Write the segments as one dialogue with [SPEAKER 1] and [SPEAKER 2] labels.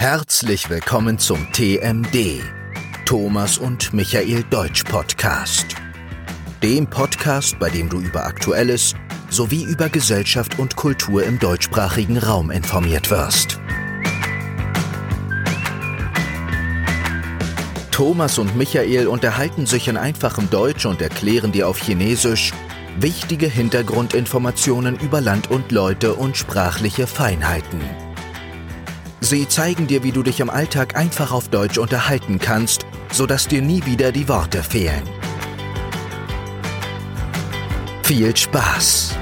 [SPEAKER 1] Herzlich willkommen zum TMD, Thomas und Michael Deutsch Podcast. Dem Podcast, bei dem du über Aktuelles sowie über Gesellschaft und Kultur im deutschsprachigen Raum informiert wirst. Thomas und Michael unterhalten sich in einfachem Deutsch und erklären dir auf Chinesisch wichtige Hintergrundinformationen über Land und Leute und sprachliche Feinheiten. Sie zeigen dir, wie du dich im Alltag einfach auf Deutsch unterhalten kannst, sodass dir nie wieder die Worte fehlen. Viel Spaß!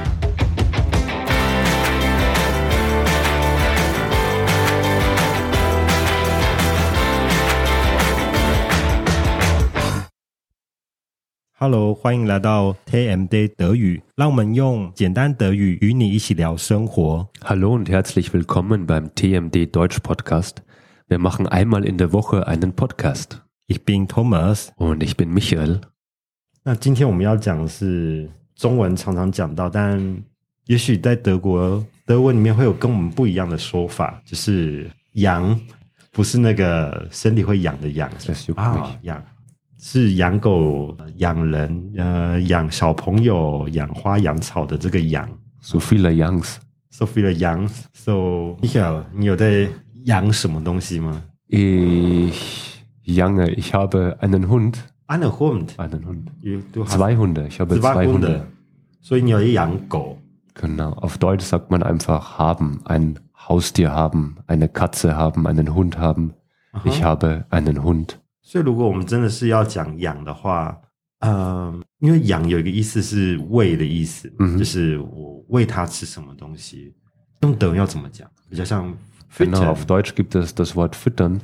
[SPEAKER 2] Hello，欢迎来到 TMD 德语，让我们用简单德语与你一起聊生活。
[SPEAKER 3] Hallo und herzlich willkommen beim TMD Deutsch Podcast. Wir machen einmal in der Woche einen Podcast.
[SPEAKER 2] Ich bin Thomas。
[SPEAKER 3] Und ich bin Michael.
[SPEAKER 2] 那今天我们要讲的是中文常常讲到，但也许在德国德文里面会有跟我们不一样的说法，就是“羊”不是那个身体会痒的痒，
[SPEAKER 3] Das juckt
[SPEAKER 2] 啊，养是养狗、呃养人、呃，养小朋友、养花、养草的这个养。
[SPEAKER 3] So viele Youngs.
[SPEAKER 2] So viele Young, so Michael，你有在养什么东西吗
[SPEAKER 3] Ich jange, ich habe einen Hund.
[SPEAKER 2] a n n e h u n d
[SPEAKER 3] Einen Hund.
[SPEAKER 2] you do have
[SPEAKER 3] Zwei Hunde. Ich habe zwei
[SPEAKER 2] zwei
[SPEAKER 3] Hunde.
[SPEAKER 2] Hunde，所以你有养狗。
[SPEAKER 3] Genau. Auf Deutsch sagt man einfach haben. Ein Haustier haben, eine Katze haben, einen Hund haben. Ich habe einen Hund.
[SPEAKER 2] 所以如果我们真的是要讲养的话，呃，因为养有一个意思是喂的意思，
[SPEAKER 3] 嗯哼
[SPEAKER 2] 就是我喂它吃什么东西，用德文要怎么讲？比较像
[SPEAKER 3] Genau, auf Deutsch gibt es das Wort füttern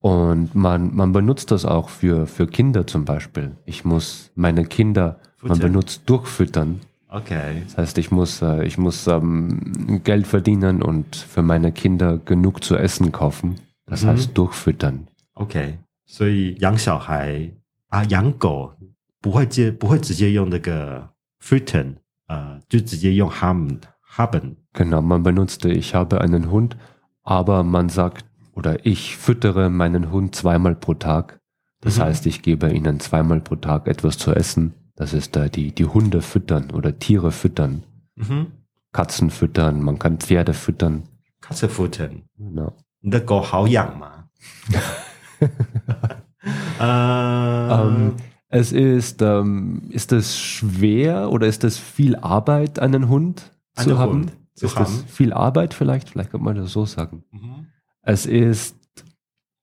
[SPEAKER 3] und man, man benutzt das auch für, für Kinder zum Beispiel. Ich muss meine Kinder, man
[SPEAKER 2] Füttern.
[SPEAKER 3] benutzt durchfüttern.
[SPEAKER 2] OK，
[SPEAKER 3] Das heißt, ich muss, äh, ich muss ähm, Geld verdienen und für meine Kinder genug zu essen kaufen. Das
[SPEAKER 2] Mhm.
[SPEAKER 3] heißt durchfüttern.
[SPEAKER 2] OK，所以养小孩啊，养狗不会接不会直接用那个 fritin，呃，就直接用 haben haben。
[SPEAKER 3] Genau, man benutzte, ich habe einen Hund, aber man sagt, oder ich füttere meinen Hund zweimal pro Tag. Das
[SPEAKER 2] Mhm.
[SPEAKER 3] heißt, ich gebe ihnen zweimal pro Tag etwas zu essen. Das ist da die, die Hunde füttern oder Tiere füttern.
[SPEAKER 2] 嗯哼
[SPEAKER 3] Katzen füttern, man kann Pferde füttern.
[SPEAKER 2] k a t z e f u t e n
[SPEAKER 3] Genau.
[SPEAKER 2] 你的狗好养 吗？呃
[SPEAKER 3] Ähm, es ist, ähm, ist es schwer oder ist es viel Arbeit, einen Hund zu
[SPEAKER 2] Einen
[SPEAKER 3] haben?
[SPEAKER 2] Hund zu
[SPEAKER 3] ist
[SPEAKER 2] haben.
[SPEAKER 3] Es viel Arbeit vielleicht? Vielleicht könnte man das so sagen.
[SPEAKER 2] 嗯哼
[SPEAKER 3] Es ist,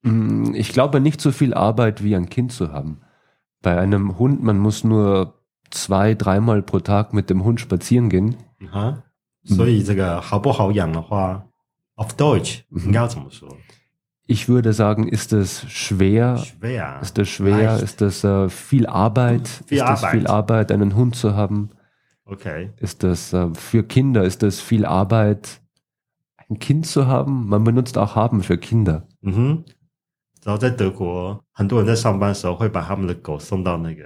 [SPEAKER 3] mh, ich glaube, nicht so viel Arbeit wie ein Kind zu haben. Bei einem Hund, man muss nur zwei, dreimal pro Tag mit dem Hund spazieren gehen.
[SPEAKER 2] 嗯哼，所以这个好不好养的话，of Deutsch 应该要怎么说
[SPEAKER 3] Ich würde sagen, ist es schwer,
[SPEAKER 2] 嗯？schwer 啊
[SPEAKER 3] Ist das schwer?
[SPEAKER 2] Leicht.
[SPEAKER 3] Ist das äh, viel Arbeit?
[SPEAKER 2] Viel
[SPEAKER 3] ist das
[SPEAKER 2] Arbeit.
[SPEAKER 3] viel Arbeit, einen Hund zu haben?
[SPEAKER 2] OK，
[SPEAKER 3] Ist das äh, für Kinder? Ist das viel Arbeit, ein Kind zu haben? Man benutzt auch haben für Kinder.
[SPEAKER 2] 嗯哼，然后在德国，很多人在上班的时候会把他们的狗送到那个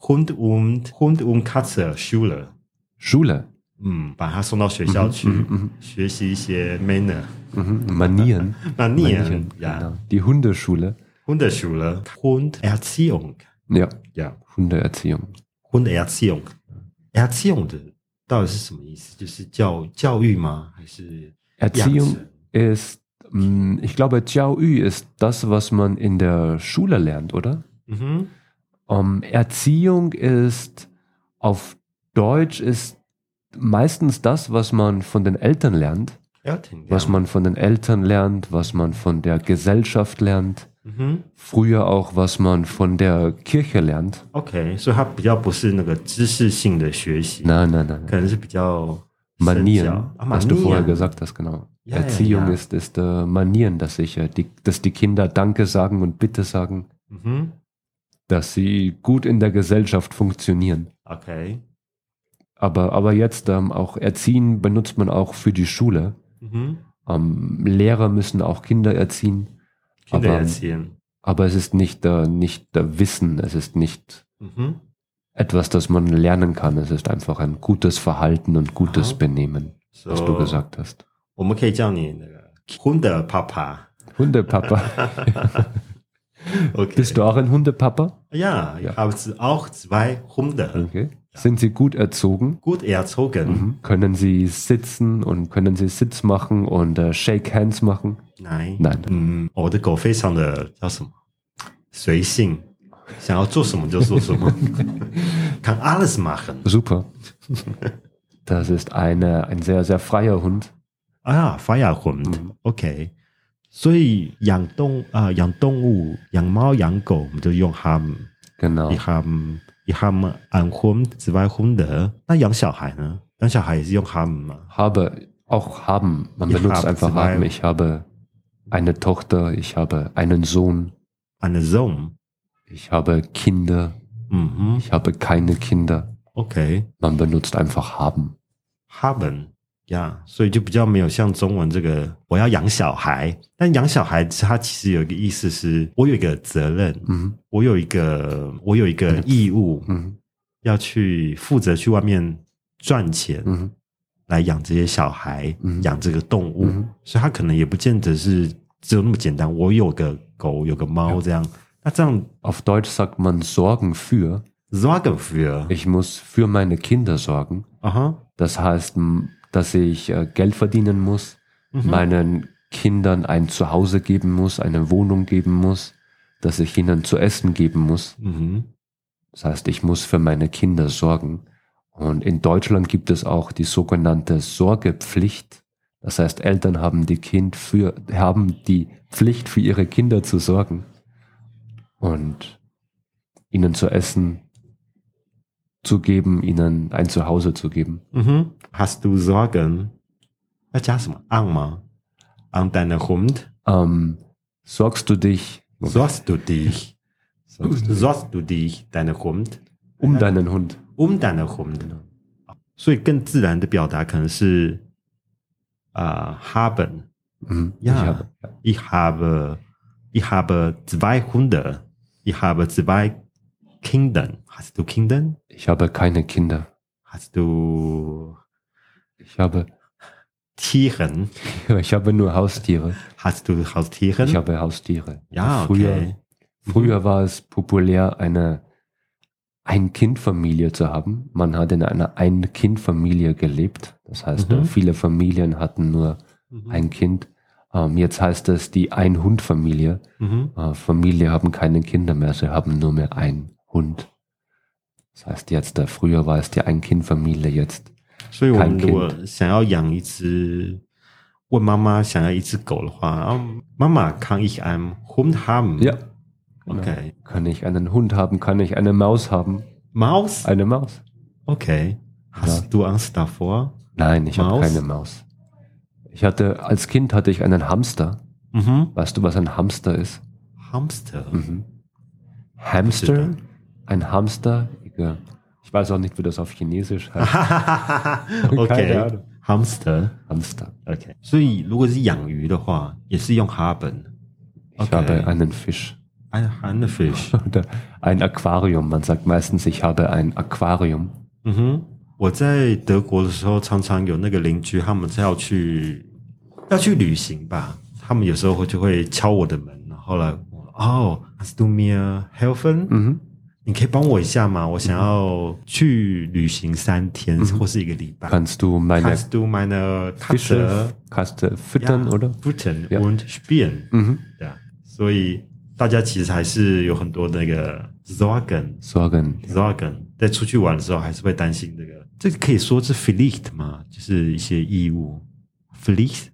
[SPEAKER 2] Hund und Hund und Katze Schule，
[SPEAKER 3] Schule,
[SPEAKER 2] 嗯，把它送到学校去、
[SPEAKER 3] mhm, mhm.
[SPEAKER 2] 学习一些 manner。
[SPEAKER 3] mhm. Manieren.
[SPEAKER 2] 那你也
[SPEAKER 3] Manieren,
[SPEAKER 2] 呀
[SPEAKER 3] genau. Die Hundeschule.
[SPEAKER 2] ，Hund Schule Hund Erziehung
[SPEAKER 3] Ja,
[SPEAKER 2] 呀
[SPEAKER 3] Hundeerziehung.
[SPEAKER 2] Hund Erziehung Erziehung 的到底是什么意思？就是教教育吗？还是养
[SPEAKER 3] Erziehung
[SPEAKER 2] 成
[SPEAKER 3] ist, mh, ich glaube, Jiao Yu ist das, was man in der Schule lernt, oder?
[SPEAKER 2] 嗯哼，
[SPEAKER 3] Ähm, Erziehung ist auf Deutsch ist meistens das, was man von den Eltern lernt,
[SPEAKER 2] 要听
[SPEAKER 3] was man von den Eltern lernt, was man von der Gesellschaft lernt,
[SPEAKER 2] 嗯哼
[SPEAKER 3] früher auch was man von der Kirche lernt.
[SPEAKER 2] OK，所以它比较不是那个知识性的学习。
[SPEAKER 3] Nein, nein, nein.
[SPEAKER 2] 可能是比较
[SPEAKER 3] Manieren,
[SPEAKER 2] 啊，
[SPEAKER 3] was du vorher
[SPEAKER 2] 蛮
[SPEAKER 3] gesagt hast, genau.
[SPEAKER 2] Ja, ja,
[SPEAKER 3] Erziehung
[SPEAKER 2] ja.
[SPEAKER 3] ist, ist äh, Manieren, dass ich, äh, die, dass die Kinder Danke sagen und Bitte sagen,
[SPEAKER 2] 嗯哼
[SPEAKER 3] dass sie gut in der Gesellschaft funktionieren.
[SPEAKER 2] ，OK，
[SPEAKER 3] Aber, aber jetzt ähm, auch Erziehen benutzt man auch für die Schule.
[SPEAKER 2] 嗯哼，
[SPEAKER 3] Ähm, Lehrer müssen auch Kinder erziehen,
[SPEAKER 2] 听得
[SPEAKER 3] Aber-
[SPEAKER 2] 也行，
[SPEAKER 3] aber es ist nicht, äh, nicht äh, Wissen, es ist nicht
[SPEAKER 2] 嗯哼，
[SPEAKER 3] etwas, das man lernen kann, es ist einfach ein gutes Verhalten und gutes
[SPEAKER 2] Aha.
[SPEAKER 3] Benehmen, was du gesagt hast.
[SPEAKER 2] 我们可以叫你那个 Hund Papa，
[SPEAKER 3] Hundepapa.
[SPEAKER 2] Okay.
[SPEAKER 3] Bist du auch ein Hundepapa?
[SPEAKER 2] Ja, ich
[SPEAKER 3] Ja.
[SPEAKER 2] habe z- auch zwei Hunde.
[SPEAKER 3] Okay. Mhm. Sind sie gut erzogen?
[SPEAKER 2] Gut erzogen.
[SPEAKER 3] Können sie sitzen und können sie Sitz machen und äh, Shake Hands machen?
[SPEAKER 2] Nein，
[SPEAKER 3] Nein.
[SPEAKER 2] 嗯，我的狗非常的叫什么随性，想要做什么就做 什么，kann alles machen。
[SPEAKER 3] Super. Das ist eine, ein sehr, sehr freier Hund.
[SPEAKER 2] 啊，Firehund，OK。所以养动啊、养动物，养猫养狗，我们就用 ham。
[SPEAKER 3] Genau.
[SPEAKER 2] Wir haben, wir haben einen Hund, zwei Hunde. 那养小孩呢？养小孩也是用 ham 吗？
[SPEAKER 3] Habe, auch haben. Man
[SPEAKER 2] Ihr
[SPEAKER 3] benutzt
[SPEAKER 2] habt
[SPEAKER 3] einfach
[SPEAKER 2] zwei.
[SPEAKER 3] haben. Ich habe eine Tochter, ich habe einen Sohn,
[SPEAKER 2] Eine Zoom。
[SPEAKER 3] ich habe Kinder,
[SPEAKER 2] 嗯哼
[SPEAKER 3] ich habe keine Kinder.
[SPEAKER 2] ，OK。
[SPEAKER 3] Man benutzt einfach haben.
[SPEAKER 2] haben 呀所以就比较没有像中文这个我要养小孩，但养小孩它其实有一个意思是，我有一个责任，
[SPEAKER 3] Mhm.
[SPEAKER 2] 我有一个我有一个义务
[SPEAKER 3] Mhm.
[SPEAKER 2] 要去负责去外面赚钱
[SPEAKER 3] Mhm.
[SPEAKER 2] 来养这些小孩
[SPEAKER 3] 嗯，
[SPEAKER 2] 养这个动物
[SPEAKER 3] 嗯，
[SPEAKER 2] 所以它可能也不见得是只有那么简单，我有个狗，有个
[SPEAKER 3] 嗯
[SPEAKER 2] 猫这样，那这样
[SPEAKER 3] Auf Deutsch sagt man sorgen für.
[SPEAKER 2] sorgen für
[SPEAKER 3] Ich muss für meine Kinder sorgen.
[SPEAKER 2] 啊哈
[SPEAKER 3] Das heißt, m, dass ich äh, Geld verdienen muss,
[SPEAKER 2] 嗯 Mhm.
[SPEAKER 3] meinen Kindern ein Zuhause geben muss, eine Wohnung geben muss, dass ich ihnen zu essen geben muss.
[SPEAKER 2] 嗯哼。
[SPEAKER 3] Das heißt, ich muss für meine Kinder sorgen. Und in Deutschland gibt es auch die sogenannte Sorgepflicht. Das heißt, Eltern haben die, kind für, haben die Pflicht, für ihre Kinder zu sorgen und ihnen zu essen zu geben, ihnen ein Zuhause zu geben.
[SPEAKER 2] 嗯哼，Hast du Sorgen？要加什么 an 吗？An deine Hund？Sorgst
[SPEAKER 3] Ähm, sorgst du dich
[SPEAKER 2] du dich? Sorgst du dich deine Hund?
[SPEAKER 3] um deinen Hund?
[SPEAKER 2] Um deine Hund？所以更自然的表达可能是啊、h a b e n
[SPEAKER 3] Mhm.
[SPEAKER 2] Ja.
[SPEAKER 3] Ich habe, ja.
[SPEAKER 2] Ich habe, ich habe zwei Hunde. Ich habe zwei Kindern. Hast du Kindern?
[SPEAKER 3] ich habe keine Kinder.
[SPEAKER 2] Hast du
[SPEAKER 3] Ich habe,
[SPEAKER 2] Tieren?
[SPEAKER 3] ich habe nur Haustiere.
[SPEAKER 2] Hast du Haustieren?
[SPEAKER 3] Ich habe Haustiere. Also
[SPEAKER 2] Ja,
[SPEAKER 3] früher,
[SPEAKER 2] okay.
[SPEAKER 3] früher war es populär, eine Ein-Kind-Familie zu haben. Man hat in einer Ein-Kind-Familie gelebt. Das heißt,
[SPEAKER 2] Mhm.
[SPEAKER 3] äh, viele Familien hatten nur
[SPEAKER 2] Mhm.
[SPEAKER 3] ein Kind. Ähm, jetzt heißt es die Ein-Hund-Familie.
[SPEAKER 2] Mhm.
[SPEAKER 3] Äh, Familie haben keine Kinder mehr, sie haben nur mehr einen Hund. Das heißt jetzt, äh, früher war es die Ein-Kind-Familie, jetzt
[SPEAKER 2] 所以我们
[SPEAKER 3] 看
[SPEAKER 2] 如果
[SPEAKER 3] Kind
[SPEAKER 2] 想要养一只，问妈妈想要一只狗的话，啊，妈妈 kann ich einen Hund haben？
[SPEAKER 3] Ja.
[SPEAKER 2] Okay.
[SPEAKER 3] Genau. kann ich einen Hund haben, kann ich eine Maus haben.
[SPEAKER 2] Maus?
[SPEAKER 3] Eine Maus?
[SPEAKER 2] Okay. Hast du Angst davor?
[SPEAKER 3] Nein, ich habe
[SPEAKER 2] Maus?
[SPEAKER 3] keine Maus. Ich hatte, als Kind hatte ich einen Hamster.
[SPEAKER 2] Mhm.
[SPEAKER 3] Weißt du, was ein Hamster ist?
[SPEAKER 2] Hamster.
[SPEAKER 3] Mhm.
[SPEAKER 2] Was
[SPEAKER 3] Hamster?
[SPEAKER 2] ist
[SPEAKER 3] Ein Hamster? Ja. Ich weiß auch nicht, wie das auf Chinesisch heißt. keine
[SPEAKER 2] okay.
[SPEAKER 3] Ahnung.
[SPEAKER 2] Hamster.
[SPEAKER 3] Hamster.
[SPEAKER 2] Okay. 所以如果是养鱼的话，也是用 haben。
[SPEAKER 3] Ich
[SPEAKER 2] Okay.
[SPEAKER 3] habe einen Fisch.
[SPEAKER 2] Ein Hannefisch.
[SPEAKER 3] Oder ein Aquarium. Man sagt meistens, ich habe ein Aquarium.
[SPEAKER 2] 嗯哼，我在德国的时候，常常有那个邻居，他们是要去要去旅行吧，他们有时候会就会敲我的门，然后来我哦，hast du mir helfen？、
[SPEAKER 3] Mhm.
[SPEAKER 2] 你可以帮我一下吗？我想要去旅行三天、或是一个礼拜。
[SPEAKER 3] Kannst du meine
[SPEAKER 2] Kannst du meine
[SPEAKER 3] Fische
[SPEAKER 2] Katze
[SPEAKER 3] kannst du füttern, oder?
[SPEAKER 2] Füttern
[SPEAKER 3] Ja.
[SPEAKER 2] und spielen？
[SPEAKER 3] Mhm.
[SPEAKER 2] 对啊，所以大家其实还是有很多那个 Sorgen。
[SPEAKER 3] Sorgen.
[SPEAKER 2] Sorgen，在出去玩的时候还是会担心这个。这可以说是 Pflicht 吗？就是一些义务。Pflicht，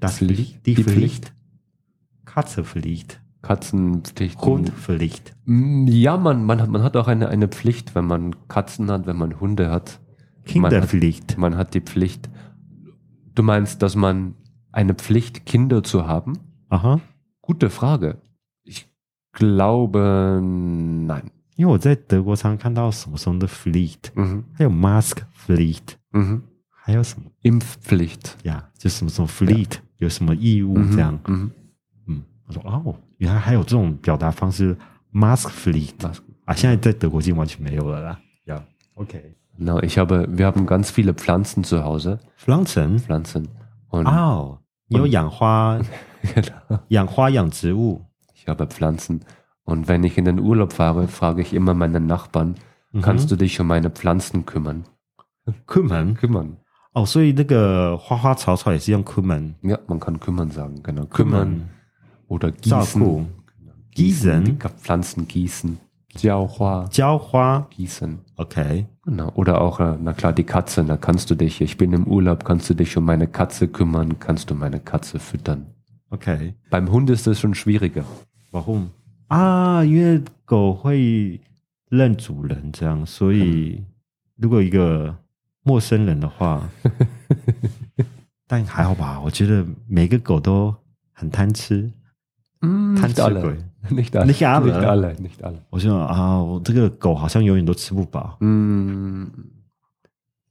[SPEAKER 2] das
[SPEAKER 3] Pflicht,
[SPEAKER 2] die
[SPEAKER 3] die
[SPEAKER 2] Pflicht。Katze Pflicht,
[SPEAKER 3] Katzen.
[SPEAKER 2] Hund Pflicht.
[SPEAKER 3] Mm, Ja, man, man, hat- man hat auch eine, eine Pflicht, wenn man Katzen hat, wenn man Hunde hat.
[SPEAKER 2] Kinder
[SPEAKER 3] hat-
[SPEAKER 2] Pflicht.
[SPEAKER 3] Man hat die Pflicht. Du meinst, dass man eine Pflicht, Kinder zu haben?
[SPEAKER 2] Aha，
[SPEAKER 3] Gute Frage. Ich glaube, nein.
[SPEAKER 2] 因为我在德国常看到什么什么的 Pflicht，
[SPEAKER 3] Mhm.
[SPEAKER 2] 还有 Mask Pflicht，
[SPEAKER 3] Mhm.
[SPEAKER 2] 还有什么
[SPEAKER 3] Impfpflicht.
[SPEAKER 2] 呀？就什么什么 Pflicht，有什么义务这样。
[SPEAKER 3] Mhm.
[SPEAKER 2] 嗯，我说哦，原来还有这种表达方式，Mask Pflicht
[SPEAKER 3] Was?
[SPEAKER 2] 啊，现在在德国已经完全没有了啦。呀，OK。
[SPEAKER 3] Na, Genau, ich habe, wir haben ganz viele Pflanzen zu Hause.
[SPEAKER 2] Pflanzen
[SPEAKER 3] Ah. Pflanzen. Und
[SPEAKER 2] 哦，你有养花
[SPEAKER 3] Genau.
[SPEAKER 2] 养花养植物，
[SPEAKER 3] Ich habe Pflanzen. Und wenn ich in den Urlaub fahre, frage ich immer meine Nachbarn, kannst du dich um meine Pflanzen kümmern?
[SPEAKER 2] kümmern
[SPEAKER 3] Kümmern.
[SPEAKER 2] 哦，所以那个花花草草也是用 kümmern
[SPEAKER 3] Ja, man kann kümmern sagen, genau. Kümmern oder
[SPEAKER 2] 照
[SPEAKER 3] gießen.
[SPEAKER 2] 顾、
[SPEAKER 3] Die
[SPEAKER 2] gießen
[SPEAKER 3] Pflanzen gießen. Jiaohua,
[SPEAKER 2] 浇花。
[SPEAKER 3] gießen.
[SPEAKER 2] OK，
[SPEAKER 3] Genau. Oder auch, äh, na klar, die Katze. Da kannst du dich, ich bin im Urlaub, kannst du dich um meine Katze kümmern, kannst du meine Katze füttern.
[SPEAKER 2] OK，
[SPEAKER 3] Beim Hund ist das schon schwieriger.
[SPEAKER 2] warum 啊？因为狗会认主人，这样，所以如果一个陌生人的话，但还好吧。我觉得每个狗都很贪吃，
[SPEAKER 3] Mm,
[SPEAKER 2] Tanz
[SPEAKER 3] nicht, alle.
[SPEAKER 2] Segway.
[SPEAKER 3] nicht alle.
[SPEAKER 2] Nicht alle.
[SPEAKER 3] Nicht alle. Nicht alle.
[SPEAKER 2] 我就啊，我这个狗好像永远都吃不饱
[SPEAKER 3] Mm,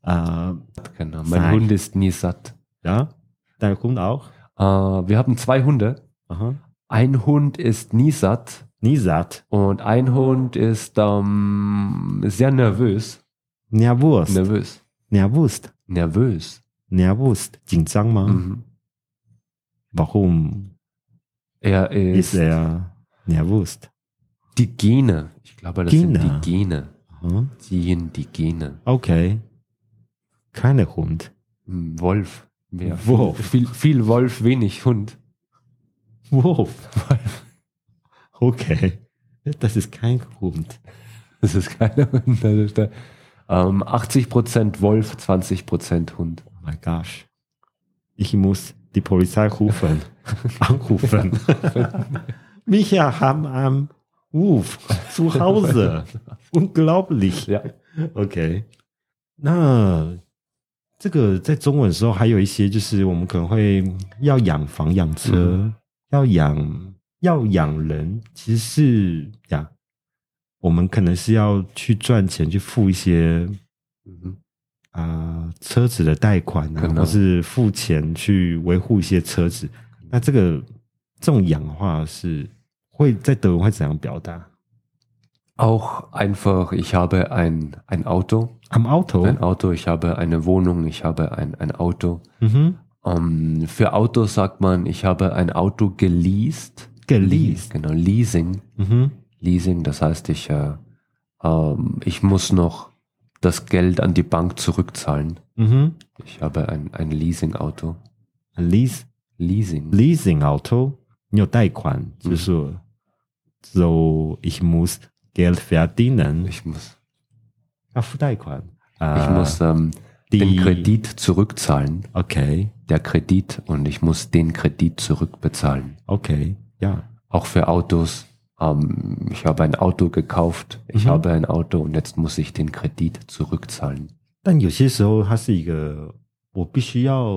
[SPEAKER 2] 啊
[SPEAKER 3] genau. Mein
[SPEAKER 2] Sag.
[SPEAKER 3] Hund ist nie satt.
[SPEAKER 2] 啊，但公道
[SPEAKER 3] Äh, wir haben zwei Hunde.
[SPEAKER 2] 啊哈，
[SPEAKER 3] Ein Hund ist nie satt
[SPEAKER 2] 你啊 that
[SPEAKER 3] und ein Hund ist ähm, sehr nervös.
[SPEAKER 2] nervous
[SPEAKER 3] Nervös.
[SPEAKER 2] nervous
[SPEAKER 3] Nervös.
[SPEAKER 2] nervous 紧张吗
[SPEAKER 3] Mhm.
[SPEAKER 2] ？Warum
[SPEAKER 3] Er ist,
[SPEAKER 2] ist er nervös？
[SPEAKER 3] die Gene. Ich glaube, das
[SPEAKER 2] Gene.
[SPEAKER 3] sind die Gene.
[SPEAKER 2] 嗯
[SPEAKER 3] Ziehen die Gene.
[SPEAKER 2] ，OK，keine Hund。
[SPEAKER 3] Hm, Wolf. Mehr.
[SPEAKER 2] Wolf.
[SPEAKER 3] Viel, viel Wolf, wenig Hund.
[SPEAKER 2] Wow. Okay. Das ist kein Hund.
[SPEAKER 3] Das ist keine Hund. Das ist der, ähm, 80% Wolf, 20% Hund.
[SPEAKER 2] Oh my gosh. Ich muss die Polizei rufen. Anrufen. Micha haben am Ruf zu Hause. Unglaublich.
[SPEAKER 3] Ja.
[SPEAKER 2] OK，那这个在中文的时候，还有一些就是我们可能会要养房、养车、
[SPEAKER 3] 嗯
[SPEAKER 2] 要养要养人，其实是呀，我们可能是要去赚钱，去付一些
[SPEAKER 3] Mhm.
[SPEAKER 2] 啊、车子的贷款啊
[SPEAKER 3] 可，能
[SPEAKER 2] 或是付钱去维护一些车子。那这个这种养的话是会在德文会怎样表达
[SPEAKER 3] Auch einfach, ich habe ein, ein Auto.
[SPEAKER 2] ？I'm out of，
[SPEAKER 3] Ein Auto, ich habe eine Wohnung, ich habe ein, ein Auto.
[SPEAKER 2] 嗯哼
[SPEAKER 3] Ähm, für Auto sagt man, ich habe ein Auto geleast.
[SPEAKER 2] Geleast.
[SPEAKER 3] Genau, Leasing.
[SPEAKER 2] 嗯哼
[SPEAKER 3] Leasing, das heißt, ich, äh, ähm, ich muss noch das Geld an die Bank zurückzahlen.
[SPEAKER 2] 嗯哼
[SPEAKER 3] Ich habe ein, ein Leasing-Auto.
[SPEAKER 2] ，at least。
[SPEAKER 3] Leasing.
[SPEAKER 2] leasing Auto，你有贷款，就是、so ich muss Geld verdienen，
[SPEAKER 3] ich muss,
[SPEAKER 2] 要付贷款
[SPEAKER 3] ich
[SPEAKER 2] 啊
[SPEAKER 3] muss ähm, den Kredit zurückzahlen.
[SPEAKER 2] OK
[SPEAKER 3] Der Kredit und ich muss den Kredit zurückbezahlen.
[SPEAKER 2] OK 呀、
[SPEAKER 3] Auch für Autos. Ähm, ich habe ein Auto gekauft. Ich
[SPEAKER 2] Mhm.
[SPEAKER 3] habe ein Auto und jetzt muss ich den Kredit zurückzahlen.
[SPEAKER 2] 但有些时候它是一个我必须要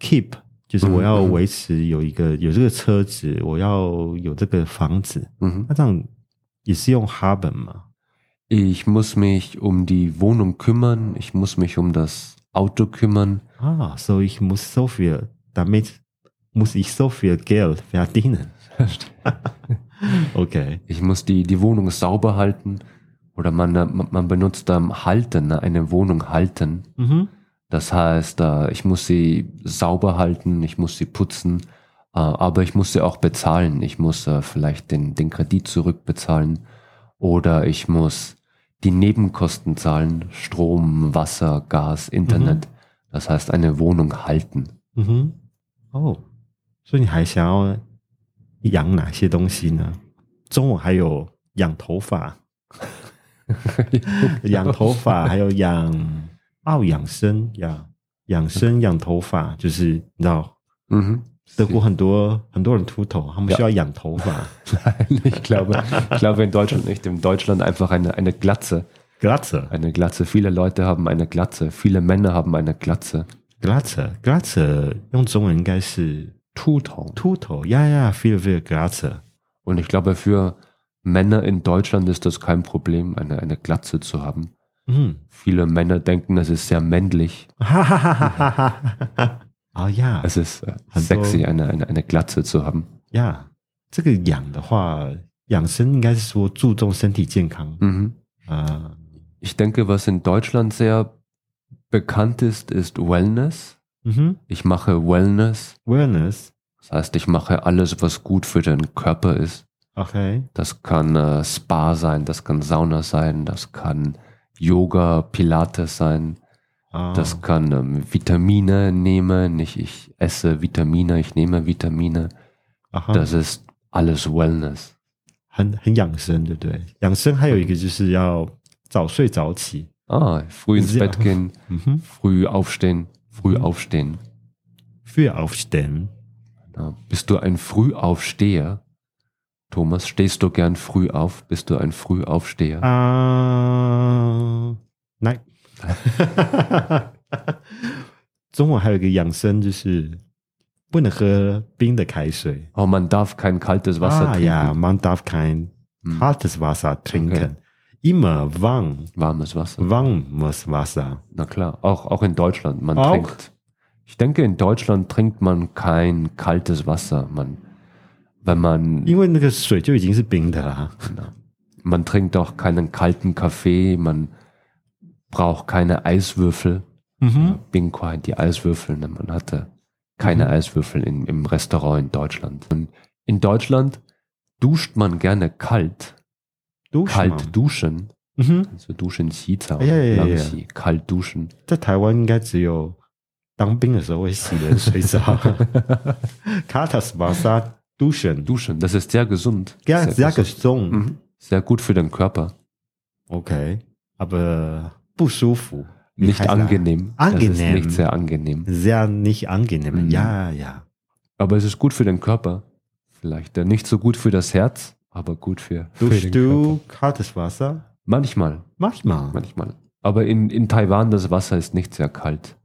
[SPEAKER 2] keep，就是我要
[SPEAKER 3] 嗯嗯
[SPEAKER 2] 维持有一个有这个车子，我要有这个房子，
[SPEAKER 3] Mhm.
[SPEAKER 2] 那这样也是用 haben 嘛？
[SPEAKER 3] Ich muss mich um die Wohnung kümmern. Ich muss mich um das Auto kümmern.
[SPEAKER 2] 啊，so ich muss so viel damit muss ich so viel Geld verdienen。OK，
[SPEAKER 3] Ich muss die, die Wohnung sauber halten. Oder man, äh, man man benutzt ähm, halten, ne? eine Wohnung halten.
[SPEAKER 2] 嗯哼。
[SPEAKER 3] Das heißt, äh, ich muss sie sauber halten, ich muss sie putzen, äh, aber ich muss sie auch bezahlen. Ich muss äh, vielleicht den, den Kredit zurückbezahlen oder ich muss die Nebenkosten zahlen, Strom, Wasser, Gas, Internet. Das heißt, eine Wohnung halten.
[SPEAKER 2] 嗯哼，哦，所以你还想要养哪些东西呢？中文还有养头发， 养头发，还有养哦，养生，养养生，养头发，就是你知道，
[SPEAKER 3] Mhm.
[SPEAKER 2] 德国很多很多人秃头，他们需要养头 发
[SPEAKER 3] Nein, ich glaube, ich glaube in Deutschland nicht. In Deutschland einfach eine, eine Glatze.
[SPEAKER 2] ，Glatze。
[SPEAKER 3] Eine Glatze. Viele Leute haben eine Glatze. Viele Männer haben eine Glatze.
[SPEAKER 2] Glatze，Glatze 用中文应该是
[SPEAKER 3] Tutor.
[SPEAKER 2] 秃头，呀呀，feel feel Glatze。
[SPEAKER 3] Und ich glaube, für Männer in Deutschland ist das kein Problem, eine, eine Glatze zu haben.
[SPEAKER 2] 嗯，
[SPEAKER 3] Viele Männer denken, es ist sehr männlich.
[SPEAKER 2] 哈哈哈哈哈哈 哈！哦呀，
[SPEAKER 3] Es ist äh,
[SPEAKER 2] Also-
[SPEAKER 3] sexy, eine, eine, eine Glatze zu haben.
[SPEAKER 2] 呀这个养的话，养生应该是说注重身体健康
[SPEAKER 3] Mhm.
[SPEAKER 2] 啊、
[SPEAKER 3] Ich denke, was in Deutschland sehr bekannt ist, ist Wellness.
[SPEAKER 2] 嗯哼
[SPEAKER 3] Ich mache Wellness.
[SPEAKER 2] ，wellness
[SPEAKER 3] Das heißt, ich mache alles, was gut für den Körper ist.
[SPEAKER 2] Okay.
[SPEAKER 3] Das kann äh, Spa sein, das kann Sauna sein, das kann Yoga, Pilates sein,
[SPEAKER 2] Ah.
[SPEAKER 3] das kann ähm, Vitamine nehmen. Ich, ich esse Vitamine, ich nehme Vitamine.
[SPEAKER 2] aha.
[SPEAKER 3] Das ist alles Wellness.
[SPEAKER 2] 啊很很养生，对不对？养生还有一个就是要早睡早起。
[SPEAKER 3] Ah, früh ins
[SPEAKER 2] Ja.
[SPEAKER 3] Bett gehen,
[SPEAKER 2] Mhm.
[SPEAKER 3] früh aufstehen, früh
[SPEAKER 2] Mhm.
[SPEAKER 3] aufstehen.
[SPEAKER 2] Früh aufstehen.
[SPEAKER 3] Ja, bist du ein Frühaufsteher? Thomas, stehst du gern früh auf? Bist du ein Frühaufsteher?
[SPEAKER 2] Ah. 啊、来， 中文还有一个养生就是不能喝冰的开水。
[SPEAKER 3] Oh, man darf kein kaltes Wasser
[SPEAKER 2] 啊
[SPEAKER 3] trinken.
[SPEAKER 2] 呀，man Ah, darf kein
[SPEAKER 3] Hm.
[SPEAKER 2] hartes Wasser trinken. Immer warm,
[SPEAKER 3] Warmes Wasser.
[SPEAKER 2] warmes Wasser.
[SPEAKER 3] Na klar, auch, auch in Deutschland. Man
[SPEAKER 2] Auch?
[SPEAKER 3] trinkt. Ich denke, in Deutschland trinkt man kein kaltes Wasser. Man, wenn man,
[SPEAKER 2] 因为那个水就已经是冰的啦。
[SPEAKER 3] man trinkt auch keinen kalten Kaffee, man braucht keine Eiswürfel.
[SPEAKER 2] 嗯
[SPEAKER 3] Mhm.
[SPEAKER 2] 哼，
[SPEAKER 3] Bingquai, die Eiswürfel. ne? Man hatte keine
[SPEAKER 2] Mhm.
[SPEAKER 3] Eiswürfel in, im Restaurant in Deutschland. Und in Deutschland duscht man gerne kalt.
[SPEAKER 2] 都是
[SPEAKER 3] Kalt
[SPEAKER 2] 嘛
[SPEAKER 3] duschen.
[SPEAKER 2] 嗯哼，
[SPEAKER 3] Also duschen Xizao,
[SPEAKER 2] Ja, ja, ja, ja.
[SPEAKER 3] kalt duschen.
[SPEAKER 2] 在台湾应该只有当兵的时候会洗冷水澡。Katas Wasser duschen.
[SPEAKER 3] Duschen, das ist sehr gesund.
[SPEAKER 2] Ja, sehr
[SPEAKER 3] gesund.
[SPEAKER 2] gesund.
[SPEAKER 3] Mhm. Sehr gut für den Körper.
[SPEAKER 2] Okay. Aber 不舒服。
[SPEAKER 3] Nicht angenehm. Das ist
[SPEAKER 2] Angenehm.
[SPEAKER 3] nicht sehr angenehm.
[SPEAKER 2] Sehr nicht angenehm.
[SPEAKER 3] Mhm.
[SPEAKER 2] Ja, ja.
[SPEAKER 3] Aber es ist gut für den Körper. Vielleicht äh, nicht so gut für das Herz, aber gut für, für
[SPEAKER 2] Duschst
[SPEAKER 3] den Körper.
[SPEAKER 2] du kaltes Wasser?
[SPEAKER 3] Manchmal.
[SPEAKER 2] Manchmal.
[SPEAKER 3] Manchmal. Aber in, in Taiwan das Wasser ist nicht sehr kalt.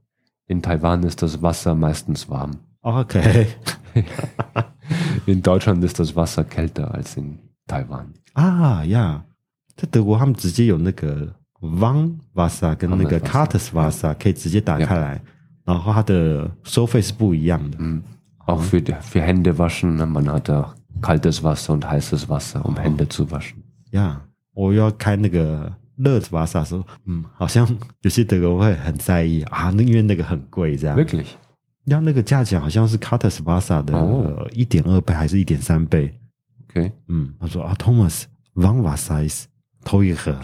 [SPEAKER 3] In Taiwan ist das Wasser meistens warm.
[SPEAKER 2] Okay.
[SPEAKER 3] In Deutschland ist das Wasser kälter als in Taiwan.
[SPEAKER 2] 啊呀，在德国他们直接有那个 Van Vasa 跟那个
[SPEAKER 3] Van
[SPEAKER 2] c a r
[SPEAKER 3] Vasa
[SPEAKER 2] t e s Vasa 可以直接打开来，然后它的收费是不一样的。
[SPEAKER 3] Mhm. Auch für, die- für Hände waschen. ne? Man hat da kaltes Wasser und heißes Wasser, um Hände zu waschen.
[SPEAKER 2] 呀、我要开那个热 Vasa 的时候，嗯，好像有些德国会很在意啊，那因为那个很贵这样。
[SPEAKER 3] Wirklich?
[SPEAKER 2] 要那个价钱好像是 c a r t e s Vasa
[SPEAKER 3] 哦
[SPEAKER 2] 的一点二倍还是一点三倍？
[SPEAKER 3] Okay.
[SPEAKER 2] 嗯，他说啊，Thomas Van Vasa ist teurer。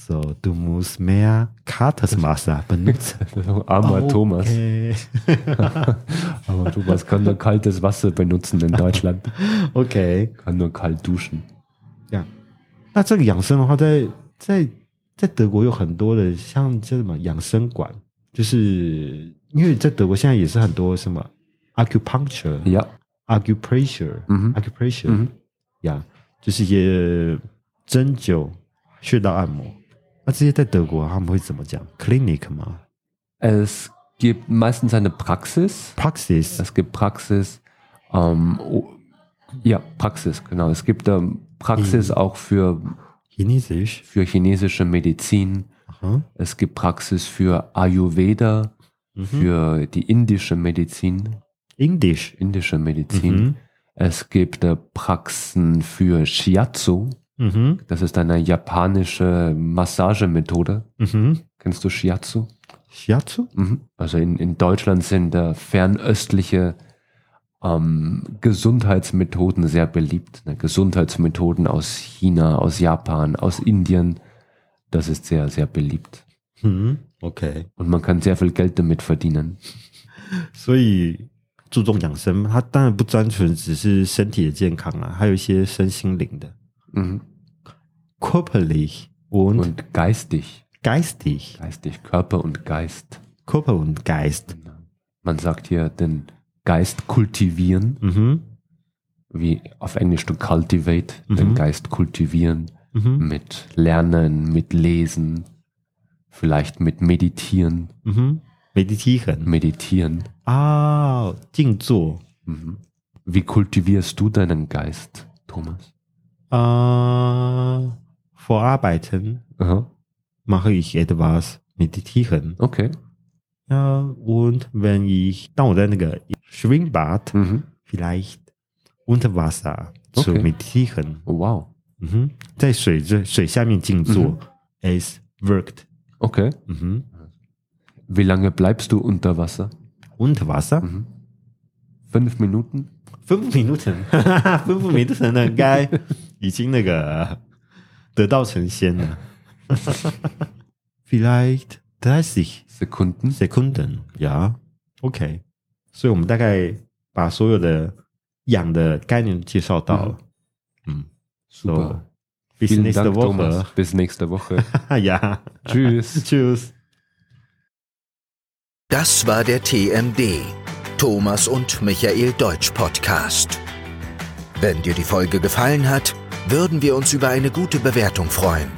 [SPEAKER 2] So, du musst mehr Kartes Wasser benutzen.
[SPEAKER 3] Armer Thomas.
[SPEAKER 2] Okay.
[SPEAKER 3] Aber Thomas kann nur kaltes Wasser benutzen in Deutschland.
[SPEAKER 2] OK，
[SPEAKER 3] Kann nur kalt duschen.
[SPEAKER 2] 这样。那这个养生的话，在在在德国有很多的，像叫什么养生馆，就是因为在德国现在也是很多什么 acupuncture、
[SPEAKER 3] Ja.
[SPEAKER 2] acupressure、
[SPEAKER 3] Mhm.
[SPEAKER 2] acupressure，
[SPEAKER 3] Mhm.
[SPEAKER 2] 呀、就是一些针灸、穴道按摩。那这些在德国啊他们会怎么讲？clinic 吗
[SPEAKER 3] Es gibt meistens eine Praxis.
[SPEAKER 2] ？praxis？
[SPEAKER 3] Es gibt Praxis. Ähm, oh, ja, Praxis, genau. Es gibt ähm, Praxis auch für,
[SPEAKER 2] 印尼语？
[SPEAKER 3] für chinesische Medizin.
[SPEAKER 2] 嗯
[SPEAKER 3] Es gibt Praxis für Ayurveda,
[SPEAKER 2] 哼
[SPEAKER 3] für die indische Medizin.
[SPEAKER 2] ，English。
[SPEAKER 3] Indische Medizin.
[SPEAKER 2] 嗯哼
[SPEAKER 3] Es gibt äh, Praxen für Shiatsu.
[SPEAKER 2] 嗯哼
[SPEAKER 3] Das ist eine japanische Massagemethode.
[SPEAKER 2] 嗯哼，
[SPEAKER 3] Kennst du Shiatsu?
[SPEAKER 2] 下注。
[SPEAKER 3] Mhm. Also in, in Deutschland sind äh, fernöstliche ähm, Gesundheitsmethoden sehr beliebt. Ne? Gesundheitsmethoden aus China, aus Japan, aus Indien. Das ist sehr, sehr beliebt.
[SPEAKER 2] 嗯，OK。
[SPEAKER 3] Und man kann sehr viel Geld damit verdienen.
[SPEAKER 2] 所以注重养生，它当然不单纯只是身体的健康啊，还有一些身心灵的
[SPEAKER 3] Mhm.
[SPEAKER 2] corporally und
[SPEAKER 3] Und geistig.
[SPEAKER 2] geistig
[SPEAKER 3] Geistig, Körper und Geist.
[SPEAKER 2] corpor und geist。
[SPEAKER 3] Man sagt hier den Geist kultivieren,
[SPEAKER 2] 嗯哼，
[SPEAKER 3] wie auf Englisch to cultivate, den
[SPEAKER 2] Mhm.
[SPEAKER 3] Geist kultivieren.
[SPEAKER 2] 嗯哼，
[SPEAKER 3] mit Lernen, mit Lesen, vielleicht mit Meditieren,
[SPEAKER 2] 嗯哼，meditieren
[SPEAKER 3] Meditieren.
[SPEAKER 2] 啊，静坐
[SPEAKER 3] Mhm. Wie kultivierst du deinen Geist, Thomas?
[SPEAKER 2] 啊，vorarbeiten
[SPEAKER 3] Aha.
[SPEAKER 2] mache ich etwas meditieren。
[SPEAKER 3] Okay.
[SPEAKER 2] 啊，und wenn ich 当我在那个 Schwimmbad
[SPEAKER 3] Mhm.
[SPEAKER 2] vielleicht unter Wasser zu
[SPEAKER 3] Okay.
[SPEAKER 2] meditieren。
[SPEAKER 3] Oh, wow.
[SPEAKER 2] 嗯哼，在水这水下面静坐、is worked。
[SPEAKER 3] Okay.
[SPEAKER 2] 嗯
[SPEAKER 3] Wie lange bleibst du unter Wasser?
[SPEAKER 2] 嗯哼，unter Wasser
[SPEAKER 3] Fünf Minuten?
[SPEAKER 2] 分布敏路城， 分布敏路城的应该已经那个得道成仙了。Vielleicht 30
[SPEAKER 3] Sekunden.
[SPEAKER 2] Sekunden, ja, okay. 所以我们大概把所有的氧的概念介绍到了。嗯
[SPEAKER 3] Super.
[SPEAKER 2] b i s
[SPEAKER 3] Vielen
[SPEAKER 2] nächste
[SPEAKER 3] Dank,
[SPEAKER 2] Woche.
[SPEAKER 3] Thomas. Bis nächste Woche.
[SPEAKER 2] ja,
[SPEAKER 3] Tschüss.
[SPEAKER 2] tschüss.
[SPEAKER 1] Das war der TMD, Thomas und Michael Deutsch Podcast. Wenn dir die Folge gefallen hat, würden wir uns über eine gute Bewertung freuen.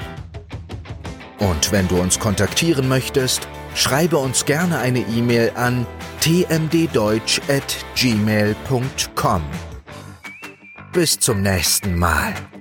[SPEAKER 1] Und wenn du uns kontaktieren möchtest, schreibe uns gerne eine E-Mail an tmddeutsch.gmail.com. Bis zum nächsten Mal.